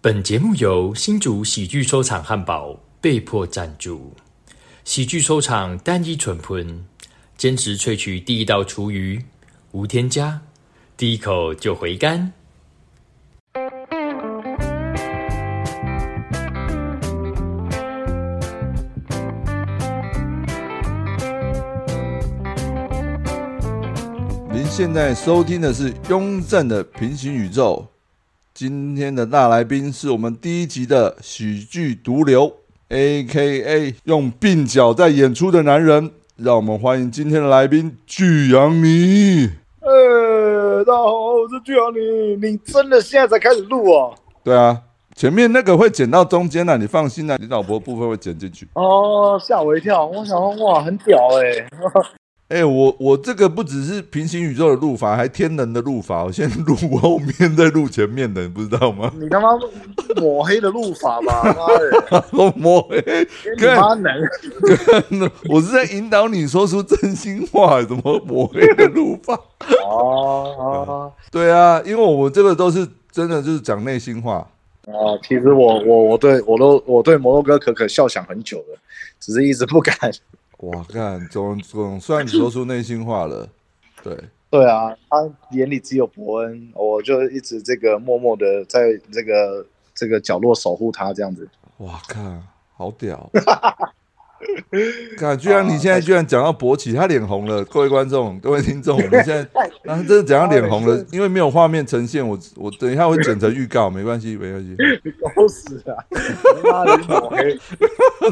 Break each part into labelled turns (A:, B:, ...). A: 本节目由新竹喜剧收场汉堡被迫赞助。喜剧收场单一纯烹，坚持萃取第一道厨余，无添加，第一口就回甘。
B: 您现在收听的是雍正的平行宇宙。今天的大来宾是我们第一集的喜剧毒瘤，A.K.A. 用鬓角在演出的男人。让我们欢迎今天的来宾巨阳你。
C: 呃、大家好，我是巨阳你。你真的现在才开始录哦？
B: 对啊，前面那个会剪到中间啊啦，你放心啦，你老婆部分会剪进去。
C: 哦，吓我一跳！我想说，哇，很屌哎、
B: 哎、我我这个不只是平行宇宙的录法，还天人的录法。我先录后面，再录前面的，你不知道吗？
C: 你他妈抹黑的录法吧？妈的，
B: 我摸黑，
C: 你妈能！
B: 我是在引导你说出真心话，怎么抹黑的录法？
C: 哦
B: 对啊，因为我们这个都是真的，就是讲内心话。
C: 哦哦，其实我我我对我都我对摩洛哥可可笑想很久了，只是一直不敢。
B: 哇，看总总算你说出内心话了，对，
C: 对啊，他眼里只有伯恩，我就一直这个默默的在这个这个角落守护他这样子。
B: 哇，看好屌！看，居然你现在居然讲到勃起，他脸红了，各位观众、各位听众，我们现在啊，真的讲到脸红了，因为没有画面呈现，我我等一下会剪成预告，没关系，没关系。
C: 你狗屎啊！你妈的，你抹黑！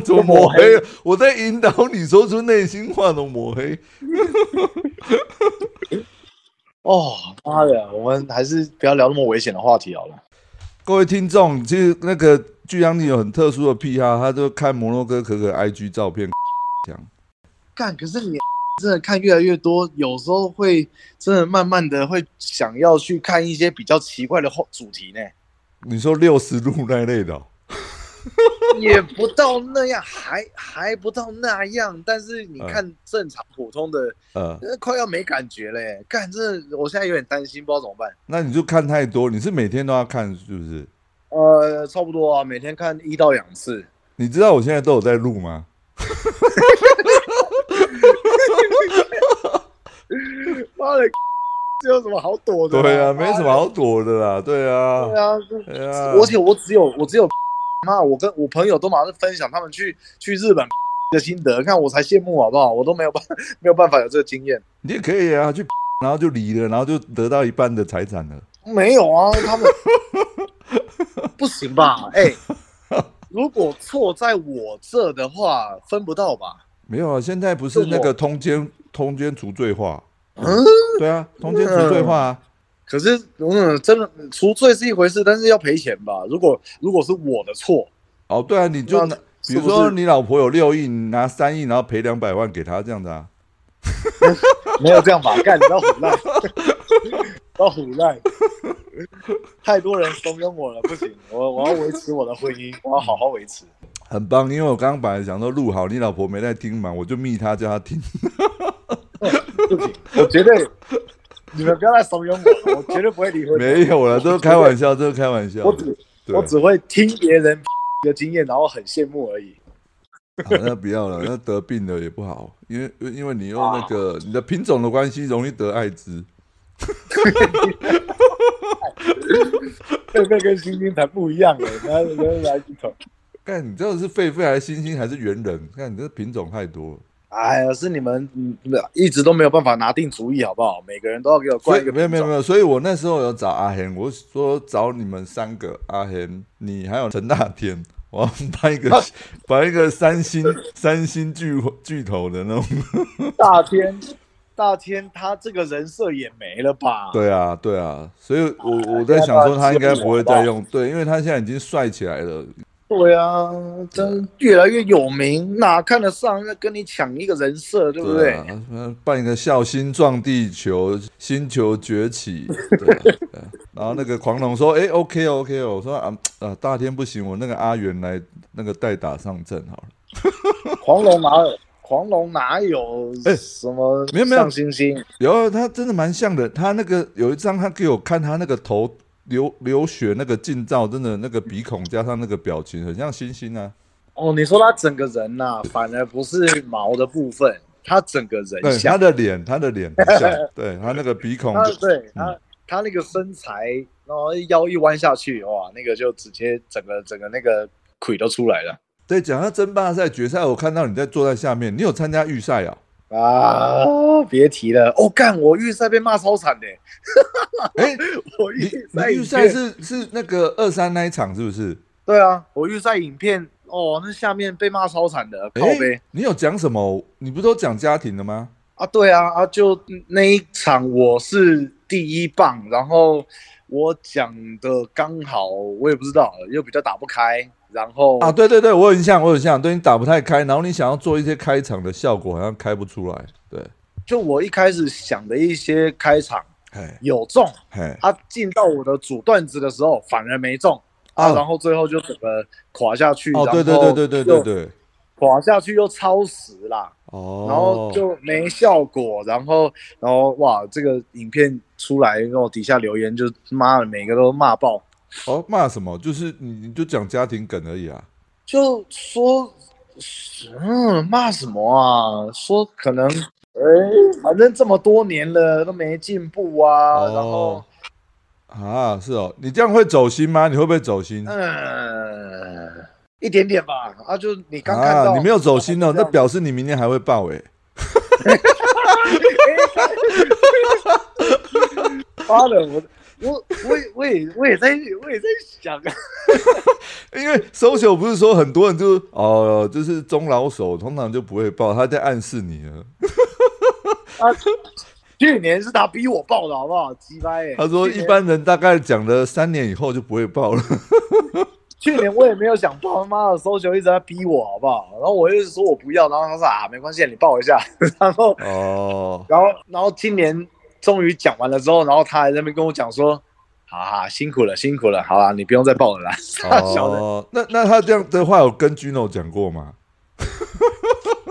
B: 怎么抹黑？我在引导你说出内心话，怎么抹黑？
C: 哦，妈的，我们还是不要聊那么危险的话题好了。
B: 各位听众，其实那个巨阳你有很特殊的癖好，他就看摩洛哥可可 IG 照片，这样
C: 干，可是你真的看越来越多，有时候会真的慢慢的会想要去看一些比较奇怪的后主题呢，
B: 你说六十路那类的哦、
C: 也不到那样，还还不到那样，但是你
B: 嗯
C: 看正常普通的，
B: 呃，
C: 呃，快要没感觉嘞。干，这我现在有点担心，不知道怎么办。
B: 那你就看太多，你是每天都要看是不是？
C: 呃，差不多啊，每天看一到两次。
B: 你知道我现在都有在录吗？
C: 妈的， 这有什么好躲的、
B: 对啊，没什么。好躲的啦，对啊，
C: 对啊，这
B: 对啊，
C: 而且我只有我只有 妈，我跟我朋友都马上分享他们去去日本 的心得，看我才羡慕好不好？我都没有办 没有办法有这个经验，
B: 你也可以啊，去 然后就离了，然后就得到一半的财产了。
C: 没有啊，他们不行吧？哎、如果错在我这的话，分不到吧？
B: 没有啊，现在不是那个通奸通奸除罪化，
C: 嗯，
B: 对啊，通奸除罪化啊。
C: 可是嗯，真的除罪是一回事，但是要赔钱吧？如果如果是我的错，
B: 哦，对啊，你就
C: 那
B: 拿，比
C: 是不是
B: 如说你老婆有六亿，你拿三亿，然后赔两百万给她这样子啊。
C: 没有这样吧？干，你不要胡乱，不要胡乱。太多人怂恿我了，不行，我我要维持我的婚姻，我要好好维持。
B: 很棒，因为我刚刚本来想说录好，你老婆没在听嘛，我就密她叫她 听。
C: 不行，我绝对，你们不要再怂恿我了，我绝对不会离婚。
B: 没有啦，这是开玩笑，这是开玩笑
C: 我
B: 的。
C: 只
B: 对
C: 我只会听别人的经验，然后很羡慕而已。
B: 好，啊那不要了，那得病了也不好，因为因为你用那
C: 啊
B: 个你的品种的关系，容易得艾滋。
C: 贝贝跟星星才不一样嘞，那那来镜头。
B: 看你这是狒狒还是猩猩还是猿人？看你这品种太多了，
C: 哎呀，是你们嗯一直都没有办法拿定主意，好不好？每个人都要给我
B: 所
C: 冠一
B: 以
C: 个
B: 没有没有没
C: 有，
B: 有，所以我那时候有找阿贤，我说找你们三个，阿贤你还有陈大天，我要办一
C: 啊
B: 个 办一个三星三星巨巨头的那种。
C: 啊大天大天他这个人设也没了吧？
B: 对啊对啊，所以我我在想说他应该不会再用，对，因为他现在已经帅起来了。
C: 对啊，真越来越有名，哪看得上那跟你抢一个人设，对不对？
B: 啊，办一个孝心撞地球，星球崛起。对、啊，对啊然后那个狂龙说：“哎、o k OK 哦。”我说：“啊啊，大天不行，我那个阿元来那个代打上阵好了。
C: 狂龙哪有？狂龙哪有
B: 哎
C: 什么
B: 没有没有
C: 上星星？”
B: 然后他真的蛮像的，他那个有一张他给我看他那个头流流血那个近照，真的那个鼻孔加上那个表情，很像星星啊。
C: 哦，你说他整个人呐、反而不是毛的部分，他整个人
B: 对，他
C: 像，
B: 的脸，他的脸很像，对他那个嗯鼻 孔
C: 他
B: 就
C: 对他他那个身材，然后腰一弯下去，哇，那个就直接整个整个那个腿都出来了
B: 对，讲到争霸赛决赛，我看到你在坐在下面，你有参加预赛 啊？
C: 啊！别提了，哦，干，我预赛被骂超惨的，
B: 哎，
C: 我
B: 你
C: 预
B: 你
C: 赛
B: 预
C: 影
B: 赛
C: 片
B: 是是那个二三那一场是不是？
C: 对啊，我预赛影片哦，那下面被骂超惨的，靠
B: 哎
C: 呗。，
B: 你有讲什么？你不都讲家庭的吗？
C: 啊，对啊，啊，就那一场我是第一棒，然后我讲的刚好，我也不知道，又比较打不开，然后
B: 啊，对对对，我有印象，我有印象，对你打不太开，然后你想要做一些开场的效果，好像开不出来。对，
C: 就我一开始想的一些开场
B: 嘿，
C: 有中，
B: 嘿，
C: 他、进到我的主段子的时候反而没中。啊，
B: 哦
C: 然后最后就整个垮下去，
B: 哦，
C: 然
B: 对对
C: 后
B: 对对对对
C: 又
B: 对，
C: 垮下去又超时啦，
B: 哦，
C: 然后就没效果，然后然后哇，这个影片出来，然后底下留言就妈的每个都骂爆，
B: 哦骂什么？就是你你就讲家庭梗而已啊。
C: 就说嗯骂什么啊？说可能哎，反正这么多年了都没进步啊，
B: 哦
C: 然后
B: 啊，是哦，你这样会走心吗？你会不会走心？
C: 嗯。一点点吧，啊，就你刚看到、
B: 啊，你没有走心哦，
C: 这
B: 那
C: 样
B: 表示你明天还会爆哎、
C: 妈的，我我我也我也我也在我也在想啊，
B: 因为 social 不是说很多人就哦，就是中老手通常就不会爆，他在暗示你了。
C: 啊，去年是他逼我报的，好不好？鸡掰、欸！
B: 他说
C: 去
B: 一
C: 年
B: 般人大概讲了三年以后就不会爆 了。
C: 去年我也没有想报，他妈的搜球一直在逼我，好不好？然后我一直说我不要，然后他说啊，没关系，你报一下。 然后，
B: 哦，
C: 然后，然后今年终于讲完了之后，然后他还在那边跟我讲说，好好辛苦了，辛苦了，好啦，你不用再报了啦。傻啊小子，
B: 哦，那那他这样的话有跟 Gino 讲过吗？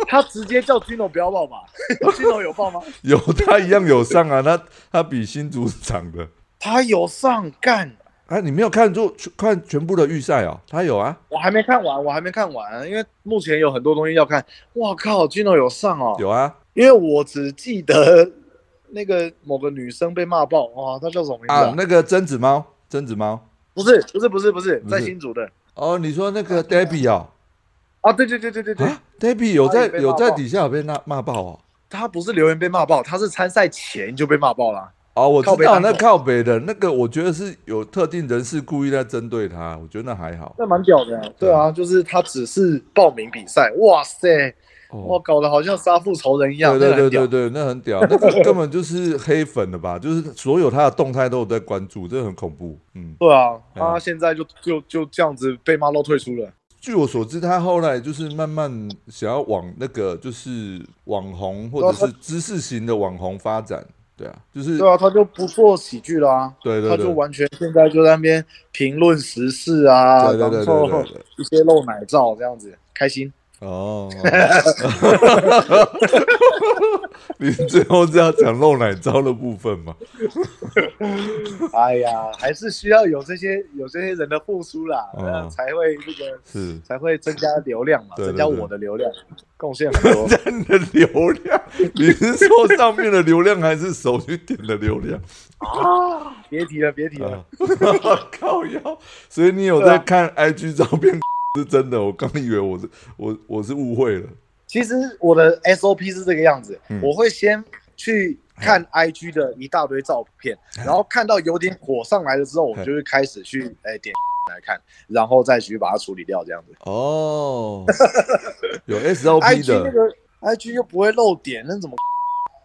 C: 他直接叫 Gino 不要报吧？Gino 有报吗？
B: 有，他一样有上啊。 他他比新主场的
C: 他有上干，
B: 啊，你没有看就看全部的预赛哦，他有啊，
C: 我还没看完，我还没看完，因为目前有很多东西要看。哇靠，Gino 有上哦，
B: 有啊
C: 因为我只记得 那个某个女生被骂爆，哇，她叫什么名字、
B: 啊，那个贞子猫，贞子猫。
C: 不是不是不是不是
B: 不是
C: 在新竹的
B: 哦，你说那个 Debbie 哦，
C: 啊！对对对啊对对对，
B: 啊，Debbie 有在
C: 她也被骂
B: 有在
C: 爆
B: 底下有被骂骂爆哦。
C: 他不是留言被骂爆，他是参赛前就被骂爆了。
B: 哦，我
C: 靠
B: 知
C: 北
B: 道
C: 当
B: 那
C: 狗
B: 靠北的那个，我觉得是有特定人士故意在针对他，我觉得那还好。
C: 那蛮屌的、啊，对啊，就是他只是报名比赛，哇塞，哇，
B: 哦，
C: 搞得好像杀父仇人一样，
B: 对对
C: 那很
B: 对
C: 屌
B: 对对，那很屌，那个根本就是黑粉的吧？就是所有他的动态都有在关注，这很恐怖。嗯，
C: 对啊，
B: 嗯
C: 他现在就就就这样子被骂到退出了。
B: 据我所知，他后来就是慢慢想要往那个就是网红或者是知识型的网红发展。对啊，就是
C: 啊对啊，他就不做喜剧啦、
B: 对对
C: 他就
B: 对。
C: 完全现在就在那边评论时事啊，
B: 对对对对
C: 然后
B: 对对
C: 一些露奶照这样子，开心。
B: 哦， 你最后是要讲露奶招的部分吗？
C: 哎呀，还是需要有这些有这些人的付出啦，
B: 嗯
C: 那才会这个
B: 是，
C: 才会增加流量嘛，
B: 对对
C: 增加我的流量，贡献很 多。
B: 你的流量，你是说上面的流量还是手去点的流 量？
C: 别提了，别提了，
B: 啊，靠腰！所以你有
C: 啊
B: 在看 IG 照片 是真的？我刚以为我是我我是误会了。
C: 其实我的 SOP 是这个样子，
B: 嗯
C: 我会先去看 IG 的一大堆照片，
B: 嗯
C: 然后看到有点火上来了之后，我就会开始去哎点来看，然后再去把它处理掉，这样子。
B: 哦， 有
C: IG
B: SOP
C: 那
B: 的，
C: 个 IG 又不会漏点，那怎么？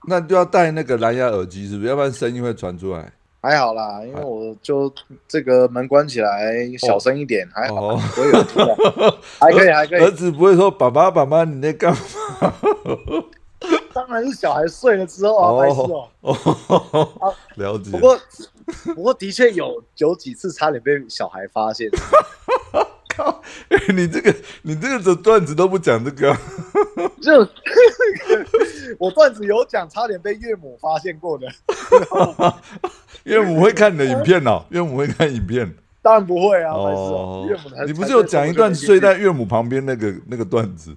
B: 那就要戴那个蓝牙耳机，是不是？要不然声音会传出来。
C: 还好啦，因为我就这个门关起来，小声一点，还哎好，
B: 哦，呃
C: 我有听到，还可以，还可
B: 儿
C: 以。
B: 子不会说爸爸爸爸你在干嘛？
C: 当然是小孩睡了之后啊，白痴哦、
B: 哦， 了解
C: 不。过，不过的确有有几次差点被小孩发现。
B: 你这个你这个的段子都不讲这个啊，
C: 就 我段子有讲，差点被岳母发现过的，
B: 岳母会看你的影片哦，岳母会看影 片
C: 当然不会啊，白痴
B: 哦
C: 哦岳母才。
B: 你不是有讲一段睡在岳母旁边那个那个段子？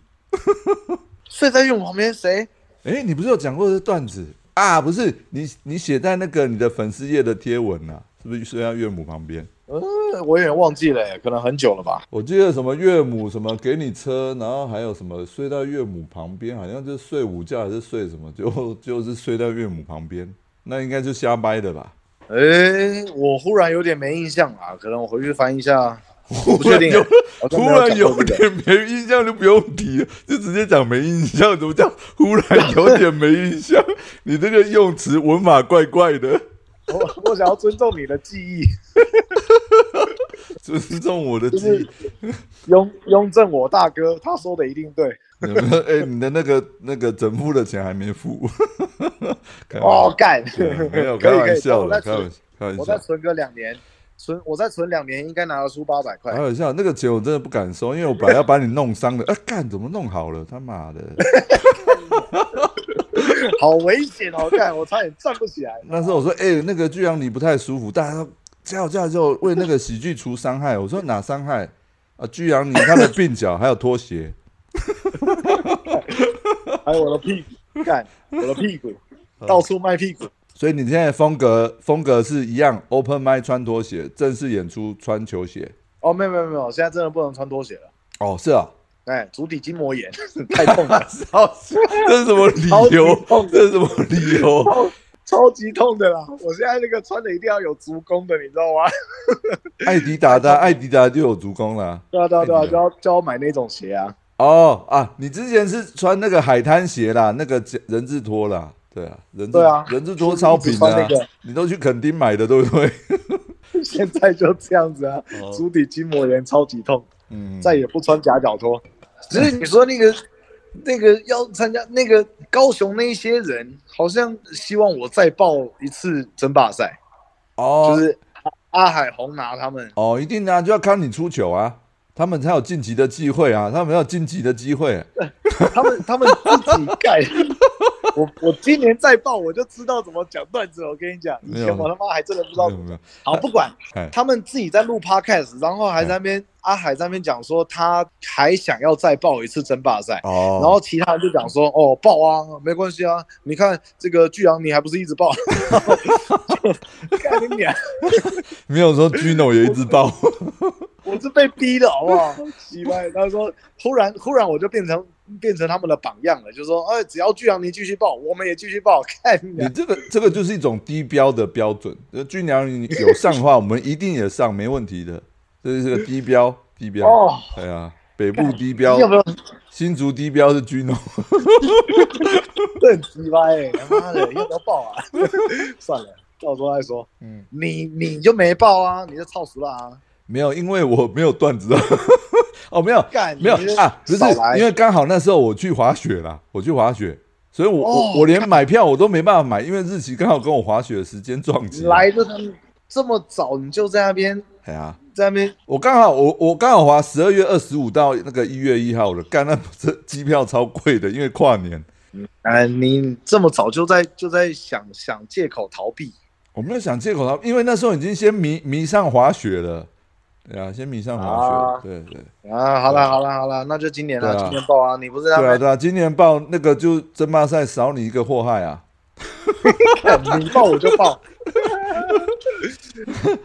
C: 睡在岳母旁边谁？
B: 哎，你不是有讲过这段子啊？不是你你写在那个你的粉丝页的贴文呐、啊，是不是睡在岳母旁边？
C: 嗯，我有点忘记了耶，可能很久了吧。
B: 我记得什么岳母什么给你车，然后还有什么睡到岳母旁边，好像就是睡午觉还是睡什么，就 就是睡到岳母旁边，那应该就瞎掰的吧？
C: 哎、我忽然有点没印象啦，可能我回去翻 一下。我不确定
B: 有，
C: 好像
B: 突
C: 没有
B: 然
C: 讲过
B: 有
C: 这个
B: 点没印象就不用提了，就直接讲没印象，怎么叫忽然有点没印象？ 你这个用词文法怪怪的，
C: 我我想要尊重你的记忆，
B: 尊重我的
C: 就
B: 记
C: 是
B: 忆。
C: 雍雍正我大哥他说的一定对。
B: 有没有？哎、你的那个那个整付的钱还没付。 开玩
C: 哦，，干
B: 对，没有
C: 可
B: 开
C: 以
B: 玩笑的，
C: 可以我再
B: 开玩
C: 存，
B: 开玩
C: 我再
B: 笑。
C: 存个两年，存我再存两年，应该拿得出八百块
B: 开。玩笑，那个钱我真的不敢收，因为我本来要把你弄伤的。啊， 干，怎么弄好了？他妈的！
C: 好危险哦！干，我差点站不起来。
B: 那时候我说，哎、那个巨阳你不太舒服，大家都加油加油，就为那个喜剧除伤害。我说哪伤害？啊，巨阳你看的鬓角还有拖鞋，
C: 还有我的屁股，干，我的屁股，
B: 嗯
C: 到处卖屁股。
B: 所以你现在的风格风格是一样，open m i 穿拖鞋，正式演出穿球鞋。
C: 哦，没有没有没有，现在真的不能穿拖鞋了。
B: 哦，是啊，
C: 哎，足底筋膜炎太痛了，
B: 这是什么理由？这是什么理由？
C: 超级痛的啦！我现在那个穿的一定要有足弓的，你知道吗？
B: 艾迪达的啊艾迪达就有足弓了啊、
C: 对啊对啊对
B: 哎
C: 啊，
B: 你
C: 就要就要买那种鞋啊。
B: 哦啊，你之前是穿那个海滩鞋啦，那个脚人字拖啦，对啊，人字
C: 对啊
B: 人字拖超
C: 就是一
B: 平
C: 直
B: 的、啊
C: 穿那个
B: 你都去垦丁买的，对不 对？
C: 现在就这样子啊
B: 哦，
C: 足底筋膜炎超级痛，
B: 嗯，
C: 再也不穿夹脚拖。 只是你说那个那个要参加那个高雄那一些人，好像希望我再报一次争霸赛，
B: 哦、
C: 就是阿海红拿他们。
B: 哦，一定啊，就要看你出糗啊，他们才有晋级的机会啊，他们要有晋级的机会。
C: 他们他们自己盖。 我我今年再报，我就知道怎么讲段子了。我跟你讲，以
B: 没有
C: 前我他妈还真的不知道
B: 没有。没有，
C: 好，不管
B: 哎
C: 他们自己在录 podcast，然后还在那边阿海在那边讲说他还想要再报一次争霸赛，
B: 哦，
C: 然后其他人就讲说哦报啊，没关系啊，你看这个巨阳你还不是一直报， 干你娘！
B: 没有说 Gino 也一直爆，
C: 我是被逼的，好不好？奇怪，他说忽然忽然我就变成变成他们的榜样了，就说哎，只要巨阳你继续报，我们也继续报，看你
B: 你这个这个就是一种低标的标准。呃巨娘你有上的话，我们一定也上，没问题的。这是个低标，低标。
C: 哦。
B: 哎呀，北部低标
C: 你，有没有
B: 新竹低标是 Gino，
C: 这很鸡巴哎？他妈的，要不要报啊？ 算了，到时候再说。
B: 嗯
C: 嗯，你你就没报啊？你就操死了啊！
B: 没有，因为我没有段子啊。 哦，没有，
C: 干
B: 没有
C: 你这
B: 啊，不是
C: 少来，
B: 因为刚好那时候我去滑雪啦，我去滑雪，所以我、
C: 哦
B: 我我连买票我都没办法买，因为日期刚好跟我滑雪的时间撞
C: 你
B: 击。啊
C: 来的这么早，你就在那边
B: 哎呀，
C: 在那边
B: 我刚好我我刚好滑十二月二十五到那个一月一号的，干那这机票超贵的，因为跨年。
C: 哎，你这么早就在就在想想借口逃避。
B: 我没有想借口他，因为那时候已经先迷迷上滑雪了，对啊，先迷上滑雪，
C: 啊
B: 对对
C: 啊，好啦好啦好啦，那就今年了，
B: 对啊
C: 今年报啊！你不是他
B: 对啊
C: 们
B: 对啊，今年报那个就争霸赛少你一个祸害啊，
C: 干你报我就 报。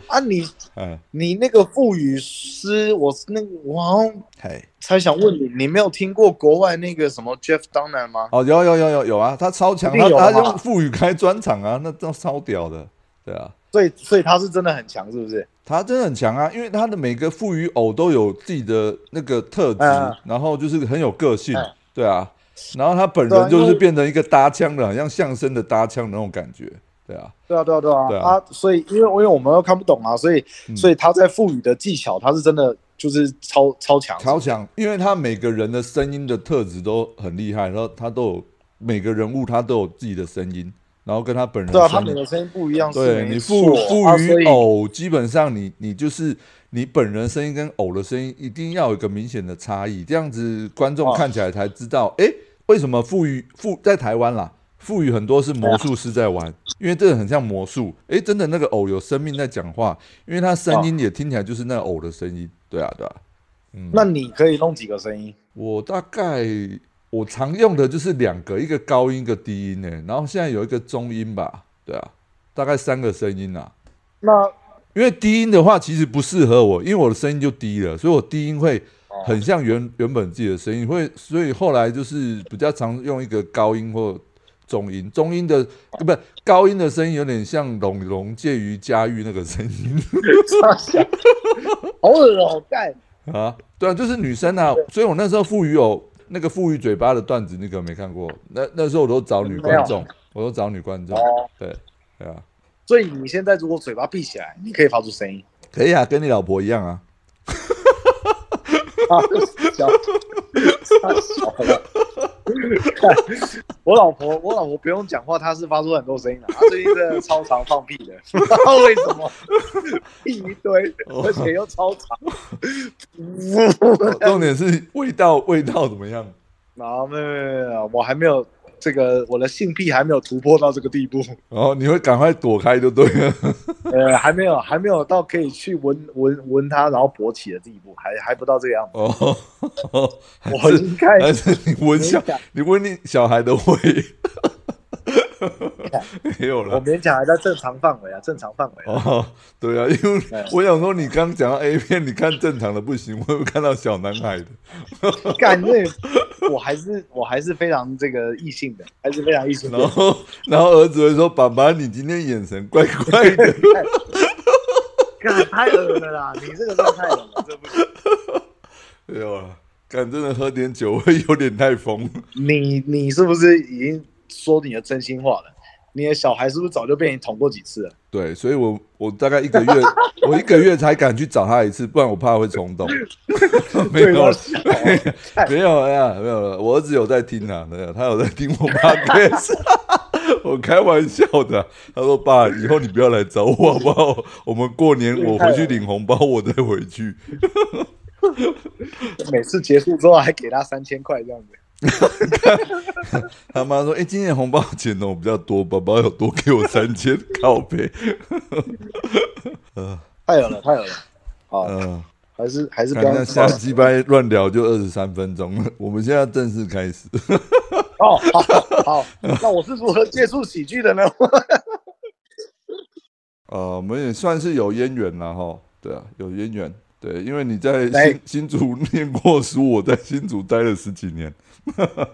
C: 啊你，你
B: 哎
C: 那个赋语诗，我是那个我好像
B: 嘿，
C: 才想问你，你没有听过国外那个什么 Jeff Downer 吗？
B: 哦有有有有有啊，他超强，
C: 一定
B: 他
C: 有
B: 他
C: 嘛
B: 用富语开专场啊，那都超屌的，对啊，
C: 所以所以他是真的很强，是不是？
B: 他真的很强啊，因为他的每个富语偶都有自己的那个特质，
C: 嗯
B: 然后就是很有个性，
C: 嗯
B: 对啊，然后他本
C: 对啊
B: 人就
C: 因
B: 是
C: 为
B: 变成一个搭腔的，好像相声的搭腔的那种感觉，对啊，
C: 对啊对啊对啊
B: 对啊
C: 所以因为因为我们又看不懂啊，所以、
B: 嗯
C: 所以他在赋语的技巧，他是真的就是超超强。
B: 超强，因为他每个人的声音的特质都很厉害，然后他都有每个人物他都有自己的声音，然后跟他本人
C: 对啊，
B: 的
C: 他
B: 声
C: 每
B: 音。
C: 个声音不一样，是
B: 对
C: 没
B: 你
C: 错
B: 赋赋
C: 啊所
B: 予哦
C: 以
B: 偶，基本上你你就是你本人声音跟偶的声音一定要有一个明显的差异，这样子观众
C: 哦
B: 看起来才知道，哎、为什么赋予赋在台湾啦，赋予很多是
C: 啊
B: 魔术师在玩，因为这个很像魔术。诶，真的那个偶有生命在讲话，因为它
C: 哦
B: 声音也听起来就是那个偶的声音。对啊，对啊。嗯，
C: 那你可以弄几个声音？
B: 我大概我常用的就是两个，一个高音，一个低音呢、欸然后现在有一个中音吧，对啊，大概三个声音啊。
C: 那
B: 因为低音的话其实不适合我，因为我的声音就低了，所以我低音会很像原原本自己的声音，会所以后来就是比较常用一个高音或中音，中音的呃不是高音的声音有点像龙龙介于佳玉那个声音
C: 好恶哦，干！
B: 啊，对啊，就是女生啊，所以我那时候富语有那个富语嘴巴的段子，你可能没看过，那那时候我都找女观众，我都找女观众，
C: 哦，
B: 对对啊，
C: 所以你现在如果嘴巴闭起来，你可以发出声音。
B: 可以啊，跟你老婆一样啊，
C: 啊，小，太小了。看我老婆，我老婆不用讲话，她是发出很多声音啊的。她最近真的超 常放屁的，不知道为什么，屁一堆，而且又超长。
B: 重点是味道味道怎么样？
C: 然后没有没有没有没有，我还没有这个我的性癖还没有突破到这个地步，
B: 然后哦你会赶快躲开就对了。
C: 呃，还没有还没有到可以去闻闻闻它然后勃起的地步，还还不到这个样子。
B: 哦，还
C: 我
B: 是
C: 应该
B: 还是你闻小
C: 没讲，
B: 你闻你小孩的味，没有
C: 我
B: 了。
C: 勉强还在正常范围啊，正常范围啊、
B: 哦，对啊，因为
C: 对
B: 我想说，你刚讲到 A 片，你看正常的不行，我有看到小男孩的。
C: 干那我还是我还是非常这个异性的，还是非常异性的
B: 然。后，然后儿子会说：“爸爸，你今天眼神怪怪的。
C: 干太恶了啦，你这个真的太恶了，这不行。”
B: 没有了，敢真的喝点酒会有点太疯。
C: 你你是不是已经说你的真心话了？你的小孩是不是早就被你捅过几次了？
B: 对，所以我我大概一个月，我一个月才敢去找他一次，不然我怕会冲动。 没
C: 对
B: 有
C: 我
B: 了，
C: 哦
B: 没有哎呀，没有了。我儿子有在听啊，没有，他有在听我爸的。 我开玩笑的啊，他说：“爸，以后你不要来找我好不好？我们过年我回去领红包，我再回去。
C: 每次结束之后还给他三千块这样子。”
B: 他妈说：“哎、今年红包钱哦比较多，爸爸有多给我三千，靠背。
C: 太有了，太有了。好，
B: 嗯，
C: 还是还是不
B: 看
C: 要
B: 那下鸡掰乱聊就二十三分钟了，我们现在正式开始。
C: 哦，好好好，那我是如何接触喜剧的呢？
B: 呃，我们也算是有渊源了哈，对啊，有渊源，对，因为你在
C: 哎
B: 新新竹念过书，我在新竹待了十几年，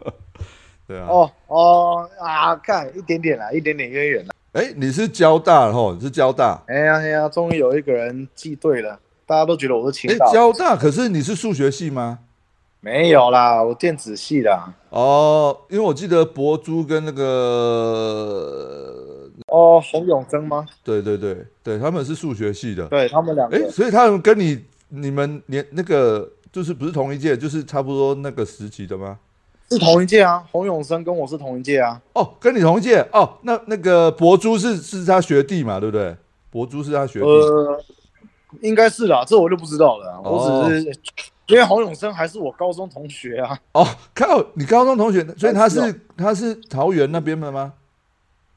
B: 对啊，
C: 哦哦啊，看一点点啦，一点点渊源啦。
B: 哎、你是交大哈，你是交大，
C: 哎呀哎呀，终于有一个人记对了，大家都觉得我是
B: 哎、
C: 青岛，
B: 交大，可是你是数学系吗？
C: 没有啦，我电子系啊啦。
B: 哦，因为我记得博珠跟那个，
C: 哦，洪永生吗？
B: 对对对对，他们是数学系的，
C: 对他们两
B: 哎、
C: 个，
B: 所以他们跟你你们连那个就是不是同一届，就是差不多那个时期的吗？
C: 是同一届啊，洪永生跟我是同一届啊。
B: 哦，跟你同一届哦，那那个博珠是是他学弟嘛，对不对？博珠是他学弟，
C: 呃，应该是啦，这我就不知道了啊。我只是因为洪永生还是我高中同学啊。
B: 哦，靠，你高中同学，所以他
C: 哎是啊
B: 是他是桃园那边的吗？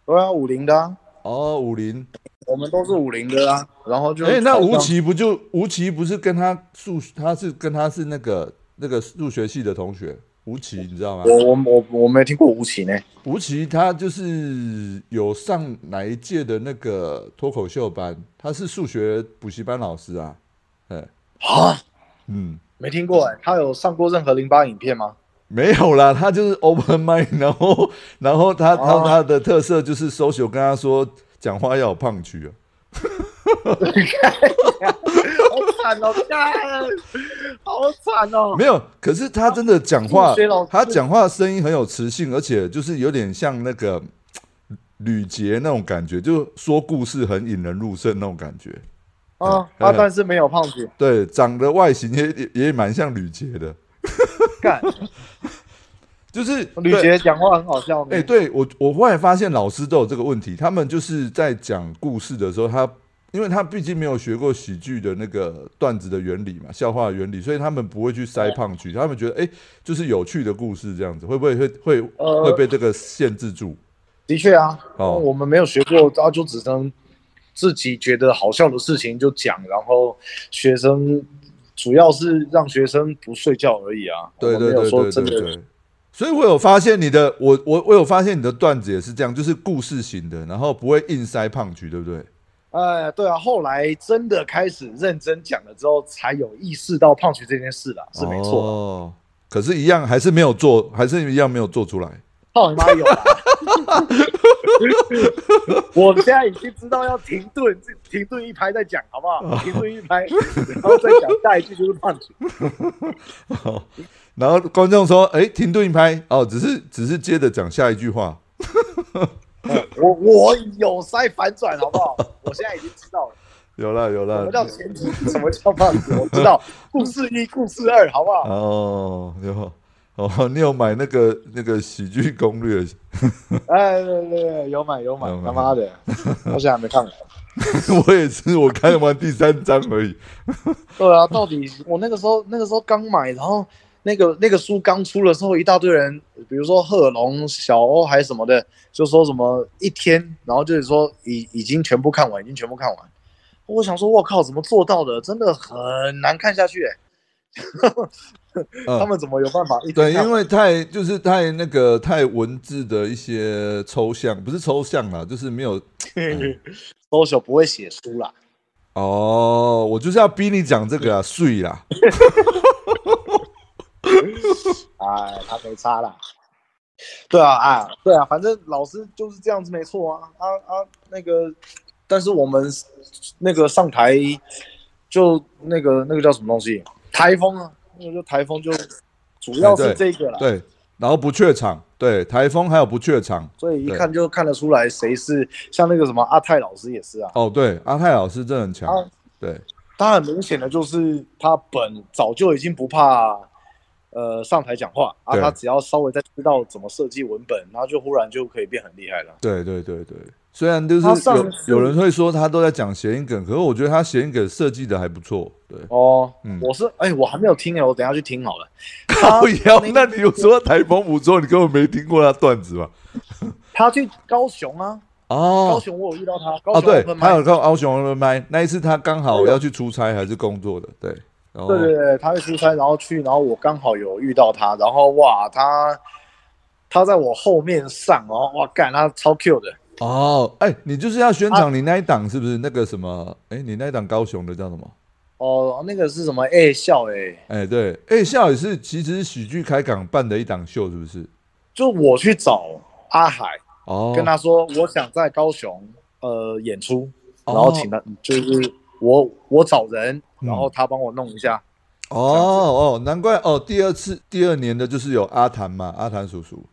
C: 对啊，五零的、啊，
B: 哦，武林，
C: 我们都是五零的啊。然后就
B: 哎、那吴
C: 奇
B: 奇不就吴奇不是跟他数，他是跟他是那个那个数学系的同学，吴奇你知道吗？
C: 我我我我没听过吴奇呢。
B: 吴奇他就是有上哪一届的那个脱口秀班，他是数学补习班老师啊，哎，
C: 啊，
B: 嗯。
C: 没听过哎、他有上过任何零八影 片吗？
B: 没有啦，他就是 open mind，然 后然后他、
C: 哦
B: 他他的特色就是 social，跟他说讲话要有胖曲啊。
C: 好惨哦，干，好惨哦。
B: 没有，可是他真的讲话
C: 数哦学老师，
B: 他讲话声音很有磁性，而且就是有点像那个嘖吕杰那种感觉，就说故事很引人入胜那种感觉。
C: 啊，
B: 嗯
C: 他但是没有胖 子，
B: 对，长得外形也也也蛮像吕杰的，
C: 干。
B: 就是
C: 吕
B: 对
C: 杰讲话很好笑
B: 哎
C: 呢。
B: 哎、对我，我后来发现老师都有这个问题，他们就是在讲故事的时候，他因为他毕竟没有学过喜剧的那个段子的原理嘛，笑话的原理，所以他们不会去塞胖曲，他们觉得哎、诶就是有趣的故事这样子，会不会会会
C: 呃
B: 会被这个限制住？
C: 的确啊，
B: 哦
C: 我们没有学过，啊然后就只能自己觉得好笑的事情就讲，然后学生主要是让学生不睡觉而已啊。
B: 对
C: 我
B: 对
C: 们没有
B: 对
C: 说
B: 对
C: 真
B: 对
C: 的
B: 对。所以我有发现你的，我我我有发现你的段子也是这样，就是故事型的，然后不会硬塞胖曲，对不对？
C: 哎，对啊，后来真的开始认真讲了之后，才有意识到胖曲这件事啦，是没错。
B: 哦，可是，一样还是没有做，还是一样没有做出来。
C: 操你妈有、啊！我现在已经知道要停顿，停顿一拍再讲，好不好？停顿一拍，然后再讲下一句就是胖曲。
B: 然后观众说：“哎，停顿一拍哦，只是只是接着讲下一句话。
C: 我 我有塞反转，好不好？我现在已经知道了，”
B: 有了有
C: 什
B: 了
C: 么，叫前提，什么叫胖子，我知道。故事一、故事二，好不好？
B: 哦，有哦，你有买那个那个喜剧攻略？
C: 哎，对对对，有买有买
B: 有，买
C: 他妈的，到现在还没看完。
B: 我也是，我看完第三章而已。
C: 对啊，到底我那个时候那个时候刚买，然后那个那个书刚出的时候，一大堆人，比如说贺龙、小欧还是什么的，就说什么一天，然后就是说已已经全部看完，已经全部看完。我想说，我靠，怎么做到的？真的很难看下去、欸。
B: 嗯
C: 他们怎么有办法一
B: 对，
C: 天看
B: 因为太就是太那个太文字的一些抽象，不是抽象啦，就是没有
C: 完 social 不会写书啦，
B: 哦。我就是要逼你讲这个啊，碎啦。
C: 哎，他没差啦。对啊，啊，对啊，反正老师就是这样子，没错啊，啊啊，那个，但是我们那个上台就那个那个叫什么东西，台风啊，那个就台风就主要是
B: 哎
C: 这个啦，
B: 对，然后不怯场，对，台风还有不怯场。
C: 所以一看就看得出来谁是像那个什么阿泰老师也是啊，
B: 哦，对，阿泰老师真的很强
C: 啊。
B: 对，
C: 他很明显的就是他本早就已经不怕呃上台讲话啊，
B: 对
C: 他只要稍微再知道怎么设计文本，然后就忽然就可以变很厉害了。
B: 对对对对，虽然就是
C: 他上
B: 有
C: 次
B: 有人会说他都在讲谐音梗，可是我觉得他谐音梗设计的还不错。对，
C: 哦，
B: 嗯
C: 我是哎、我还没有听哎，我等一下去听 好了。他
B: 不要，那你有说台风捕捉，你根本没听过他段子吧？
C: 他去高雄啊，高
B: 哦
C: 雄我有遇到他，
B: 哦，
C: 高雄
B: 对
C: open，mic
B: 他有看敖熊的麦，那一次他刚好要去出差还是工作的，对，哦然后
C: 啊对对对，他会出差，然后去，然后我刚好有遇到他，然后哇，他他在我后面上，然后哇干，他超 Q 的，
B: 哦，哎，你就是要宣传你那一档是不是那个什么？哎，你那一档高雄的叫什么？
C: 哦，那个是什么？哎、笑哎、
B: 哎，对，哎，夏雨是其实是喜剧开港办的一档秀，是不是？
C: 就我去找阿海，
B: 哦，
C: 跟他说我想在高雄呃演出，
B: 哦嗯
C: 然后请他就是我我找人，然后他帮我弄一下，
B: 哦哦，难怪哦，第二次第二年的就是有阿谭嘛，阿谭叔叔。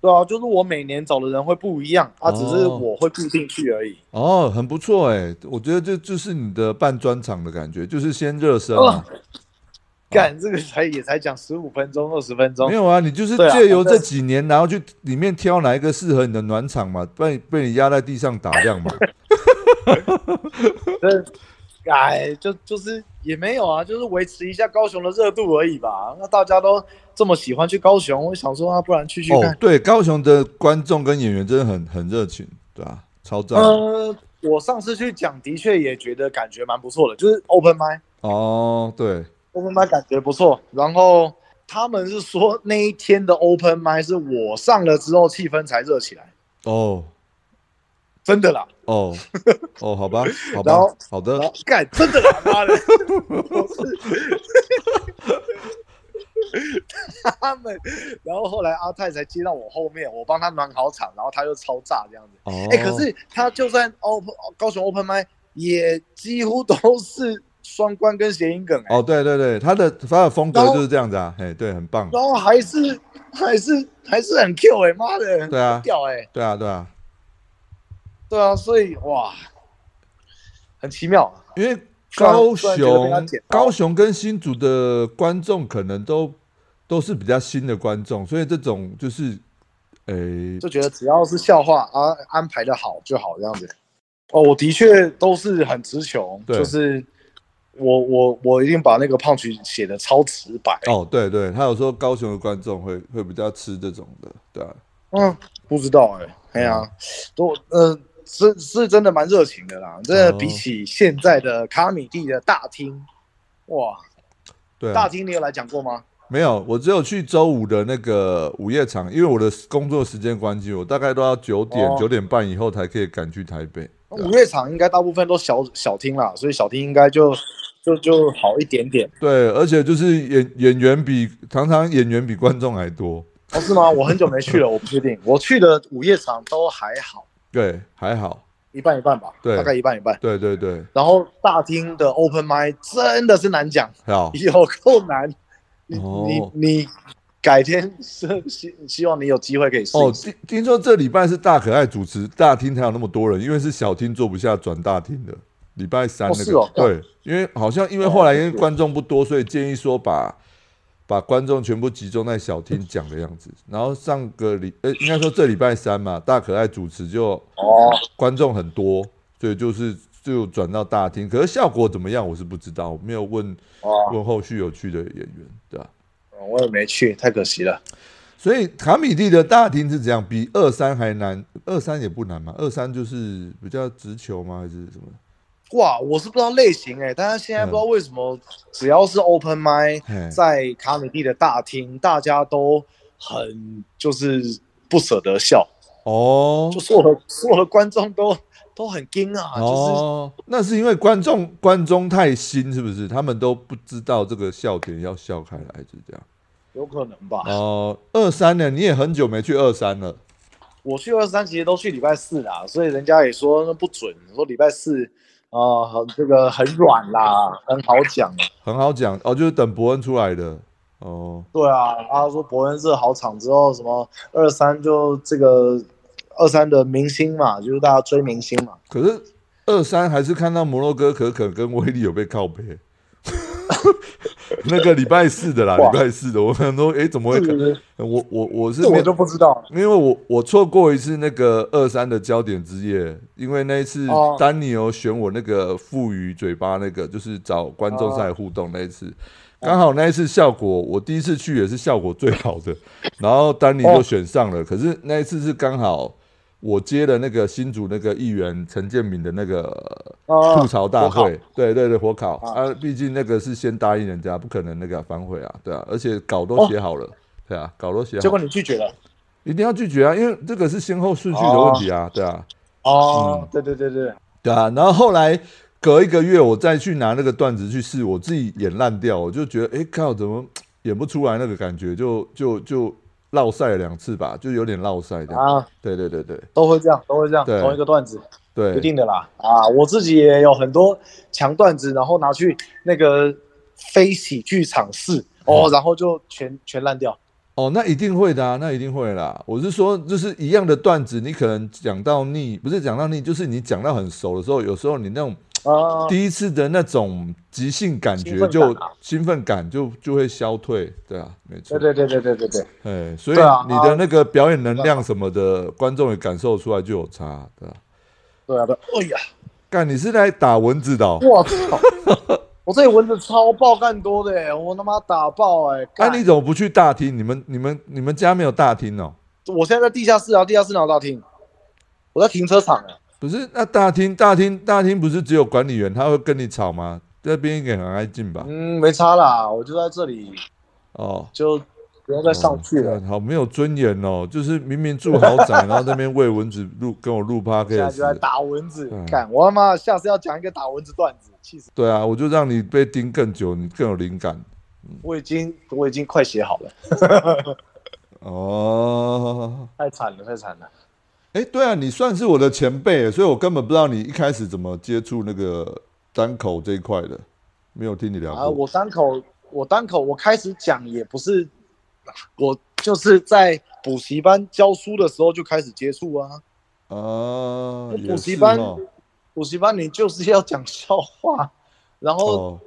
C: 对啊，就是我每年找的人会不一样啊，
B: 哦
C: 只是我会固定去而已。
B: 哦，很不错哎，我觉得这就是你的办专场的感觉，就是先热身嘛。
C: 干这个才也才讲十五分钟、二十分钟
B: 没，有啊，你就是
C: 对啊
B: 借由这几年，然后去里面挑哪一个适合你的暖场嘛，被被你压在地上打量 嘛。
C: 这哎，就就是也没有啊，就是维持一下高雄的热度而已吧。那大家都这么喜欢去高雄，我想说啊，不然去去
B: 哦
C: 看。，
B: 对，高雄的观众跟演员真的很很热情，对吧、啊超赞。
C: 呃，我上次去讲，的确也觉得感觉蛮不错的，就是 open m i d
B: 哦，对，
C: open m i d 感觉不错。然后他们是说那一天的 open m i d 是我上了之后气氛才热起来，
B: 哦
C: 真的啦。
B: 哦哦，好吧，好吧
C: 然后，
B: 好
C: 然
B: 的，
C: 后干，真的啦，妈的！我是他们，然后后来阿泰才接到我后面，我帮他暖好场，然后他就超炸这样子。
B: 哦，
C: 哎、可是他就算 open 高雄 open 麦，也几乎都是双关跟谐音梗、哎，
B: 哦，对对对，他的他的风
C: 然
B: 格
C: 后
B: 就是这样子啊，哎，对，很棒，
C: 然后还是还是还是很 Q 哎、妈的，
B: 对啊
C: 很屌哎、
B: 对啊对啊，
C: 对啊，所以哇，很奇妙啊。
B: 因为
C: 突然
B: 高
C: 突然觉得被他
B: 雄
C: 剪到
B: 高雄跟新竹的观众可能都都是比较新的观众，所以这种就是，诶、
C: 就觉得只要是笑话啊，安排的好就好这样子。哦，我的确都是很直球，
B: 对
C: 就是我我我一定把那个胖曲写的超直白。
B: 哦，对对，他有说高雄的观众会会比较吃这种的，对啊，
C: 嗯，不知道哎、哎呀、
B: 嗯
C: 都呃是是真的蛮热情的啦，真的
B: 哦
C: 比起现在的卡米蒂的大厅，哇，
B: 对啊
C: 大厅你有来讲过吗？
B: 没有，我只有去周五的那个午夜场，因为我的工作时间关系，我大概都要九点
C: 哦
B: 九、9点半以后才可以赶去台北。
C: 五月场应该大部分都小小厅啦，所以小厅应该就就就好一点点。
B: 对，而且就是演演员比常常演员比观众还多，
C: 哦，是吗？我很久没去了，我不确定。我去的午夜场都还好，
B: 对，还好，
C: 一半一半吧，
B: 对
C: 大概一半一半。
B: 对对对，
C: 然后大厅的 open m i 真的是难讲，
B: 好，
C: 有够难。你、
B: 哦
C: 你你改天是希希望你有机会可以试
B: 哦，
C: 一试。
B: 听听说这礼拜是大可爱主持大厅才有那么多人，因为是小厅坐不下转大厅的。礼拜三那
C: 哦是
B: 个、
C: 哦
B: 对，因为好像因为后来因为观众不多，所以建议说把把观众全部集中在小厅讲的样子。然后上个礼呃，应该说这礼拜三嘛，大可爱主持就
C: 哦，
B: 观众很多，所以就是就转到大厅。可是效果怎么样，我是不知道，我没有问
C: 哦，
B: 问后续有去的演员，对吧、
C: 我也没去，太可惜了。
B: 所以卡米蒂的大厅是怎样？比二三还难？二三也不难嘛？二三就是比较直球吗？还是什么？
C: 哇，我是不知道类型哎、但是现在
B: 嗯
C: 不知道为什么，只要是 open m i
B: 嘿，
C: 在卡米蒂的大厅，大家都很就是不舍得笑，
B: 哦
C: 就所有的所有的观众都都很惊啊，就是
B: 哦，那是因为观众观众太新，是不是？他们都不知道这个笑点要笑开来，是这样。
C: 有可能吧。
B: 哦，二三呢？你也很久没去二三了。
C: 我去二三其实都去礼拜四啦，所以人家也说那不准，说礼拜四啊、很这个很软啦，很好讲啦。
B: 很好讲哦，就是等伯恩出来的哦，
C: 对啊，他说伯恩是好场之后，什么二三就这个二三的明星嘛，就是大家追明星嘛。
B: 可是二三还是看到摩洛哥可可跟威利有被靠背。 那个礼拜四的啦，
C: 哇
B: 礼拜四的，我很多哎，诶怎么会
C: 这
B: 看？
C: 个
B: 我我我是
C: 这
B: 没
C: 我
B: 有
C: 就不知道了。
B: 因为我我错过一次那个二三的焦点之夜，因为那一次
C: 哦
B: 丹尼尔选我那个富予嘴巴那个，就是找观众赛互动那一
C: 哦
B: 次，刚好那一次效果，我第一次去也是效果最好的， 然后丹尼就选上
C: 哦
B: 了。可是那一次是刚好我接了那个新竹那个议员陈建敏的那个
C: 啊
B: 吐槽大
C: 火
B: 会，对对对，火烤啊，毕竟那个是先答应人家，不可能那个反悔啊，对啊，而且稿
C: 哦
B: 都写好了，对啊，稿都写好了。
C: 结果你拒绝了。
B: 一定要拒绝啊，因为这个是先后顺序的问题啊，对啊，
C: 哦，对对对对，
B: 对啊。然后后来隔一个月，我再去拿那个段子去试，我自己演烂掉，我就觉得，哎、靠，怎么演不出来那个感觉，就就就落赛了两次吧，就有点落赛的。
C: 啊，
B: 啊对对对对
C: 都会这样，都会这样，
B: 对
C: 同一个段子。一
B: 对，
C: 定的啦啊！我自己也有很多强段子，然后拿去那个非喜剧场试
B: 嗯
C: 哦，然后就全全烂掉。
B: 哦，那一定会的啊，那一定会啦。我是说，就是一样的段子，你可能讲到腻，不是讲到腻，就是你讲到很熟的时候，有时候你那种
C: 啊、
B: 第一次的那种即哦兴感
C: 兴
B: 觉
C: 奋
B: 就
C: 感啊
B: 兴奋感就就会消退，对啊，没错
C: 对。对对对对对对，
B: 哎，所以
C: 对啊
B: 你的那个表演能量什么的，观众也感受出来就有差，对吧？
C: 对啊对，哎呀，
B: 干，你是来打蚊子的、哦？
C: 我操！ 我这里蚊子超爆干多的耶，我他妈打爆哎！
B: 那、
C: 干
B: 啊你怎么不去大厅？你们、你们、你们家没有大厅哦？
C: 我现在在地下室啊，地下室哪有大厅？我在停车场啊。
B: 不是，那大厅、大厅、大厅不是只有管理员他会跟你吵吗？这边应该很安静吧？
C: 嗯，没差啦，我就在这里，
B: 哦，
C: 就不用再上去了
B: 哦。干好没有尊严哦！就是明明住豪宅，然后在那边喂蚊子录，跟我录 p o d c
C: 现在
B: a
C: 就在
B: s
C: 打蚊子
B: 嗯，
C: 看我他妈下次要讲一个打蚊子段子，气死！
B: 对啊，我就让你被盯更久，你更有灵感。
C: 我已经我已经快写好了，
B: 哦，
C: 太惨了，太惨了。
B: 哎，对啊，你算是我的前辈，所以我根本不知道你一开始怎么接触那个单口这一块的，没有听你聊过。
C: 啊，我单口，我单口，我开始讲也不是，我就是在补习班教书的时候就开始接触啊。
B: 啊，
C: 我
B: 也
C: 补习
B: 是
C: 班
B: 哦
C: 补习班你就是要讲笑话，然后、
B: 哦，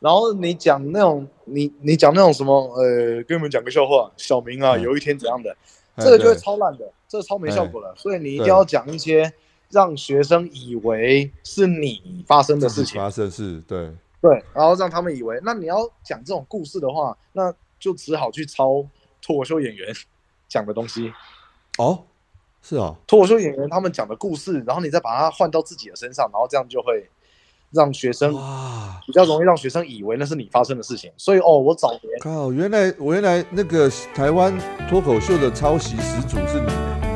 C: 然后你讲那种你你讲那种什么呃，跟你们讲个笑话，小明啊，
B: 嗯
C: 有一天怎样的，
B: 哎
C: 这个就会
B: 对嗯
C: 超烂的，这个超没效果的，所以你一定
B: 对
C: 要讲一些让学生以为是你发生的事情，
B: 发生是对，
C: 对，然后让他们以为，那你要讲这种故事的话，那就只好去抄脱口秀演员 讲的东西，
B: 哦，是哦，
C: 脱口秀演员他们讲的故事，然后你再把它换到自己的身上，然后这样就会让学生
B: 哇，
C: 比较容易让学生以为那是你发生的事情。所以哦，我早年
B: 靠，原来我原来那个台湾脱口秀的抄袭始祖是你，